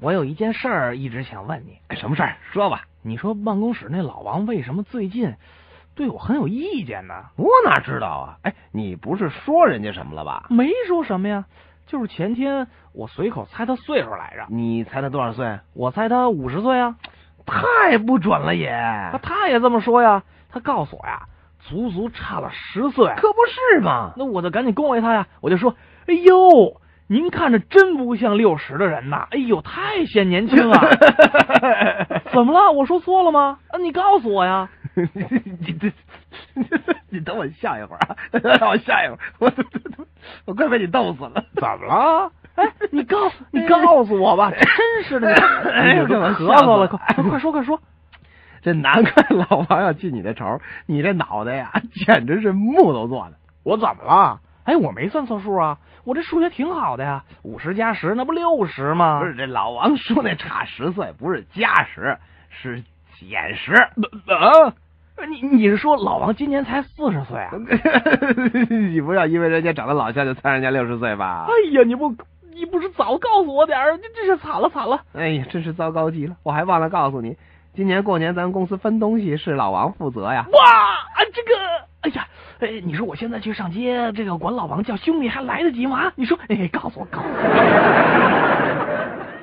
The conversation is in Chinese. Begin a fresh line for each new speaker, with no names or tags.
我有一件事儿一直想问你，
哎，什么事儿？说吧。
你说办公室那老王为什么最近对我很有意见呢？
我哪知道啊？哎，你不是说人家什么了吧？
没说什么呀，就是前天我随口猜他岁数来着，
你猜他多少岁？
我猜他五十岁啊，
太不准了也。
他他也这么说呀，他告诉我呀，足足差了十岁。
可不是嘛。
那我就赶紧恭维他呀，我就说，哎呦，您看着真不像六十的人呐，哎呦，太显年轻了。怎么了？我说错了吗？啊，你告诉我呀。
你这，你等我笑一会儿啊！让我笑一会儿，我我快被你逗死了！
怎么了？哎，你告诉你告诉我 吧，真是的，
哎
你
给我
咳嗽了，
笑死了
快哎快说快说，
这难怪老王要记你的仇，你这脑袋呀，简直是木头做的。
我怎么了？哎，我没算错数啊，我这数学挺好的呀，五十加十那不六十吗？
不是，这老王说那差十岁，不是加十，是减十。
啊，你你是说老王今年才四十岁啊？
你不要因为人家长得老像就猜人家六十岁吧
哎？呀，你不你不是早告诉我点儿，这这是惨了惨了。
哎呀，真是糟糕极了！我还忘了告诉你，今年过年咱们公司分东西是老王负责呀。
哇，啊这个，哎呀，哎，你说我现在去上街，这个管老王叫兄弟还来得及吗？你说，哎，告诉我，告诉我。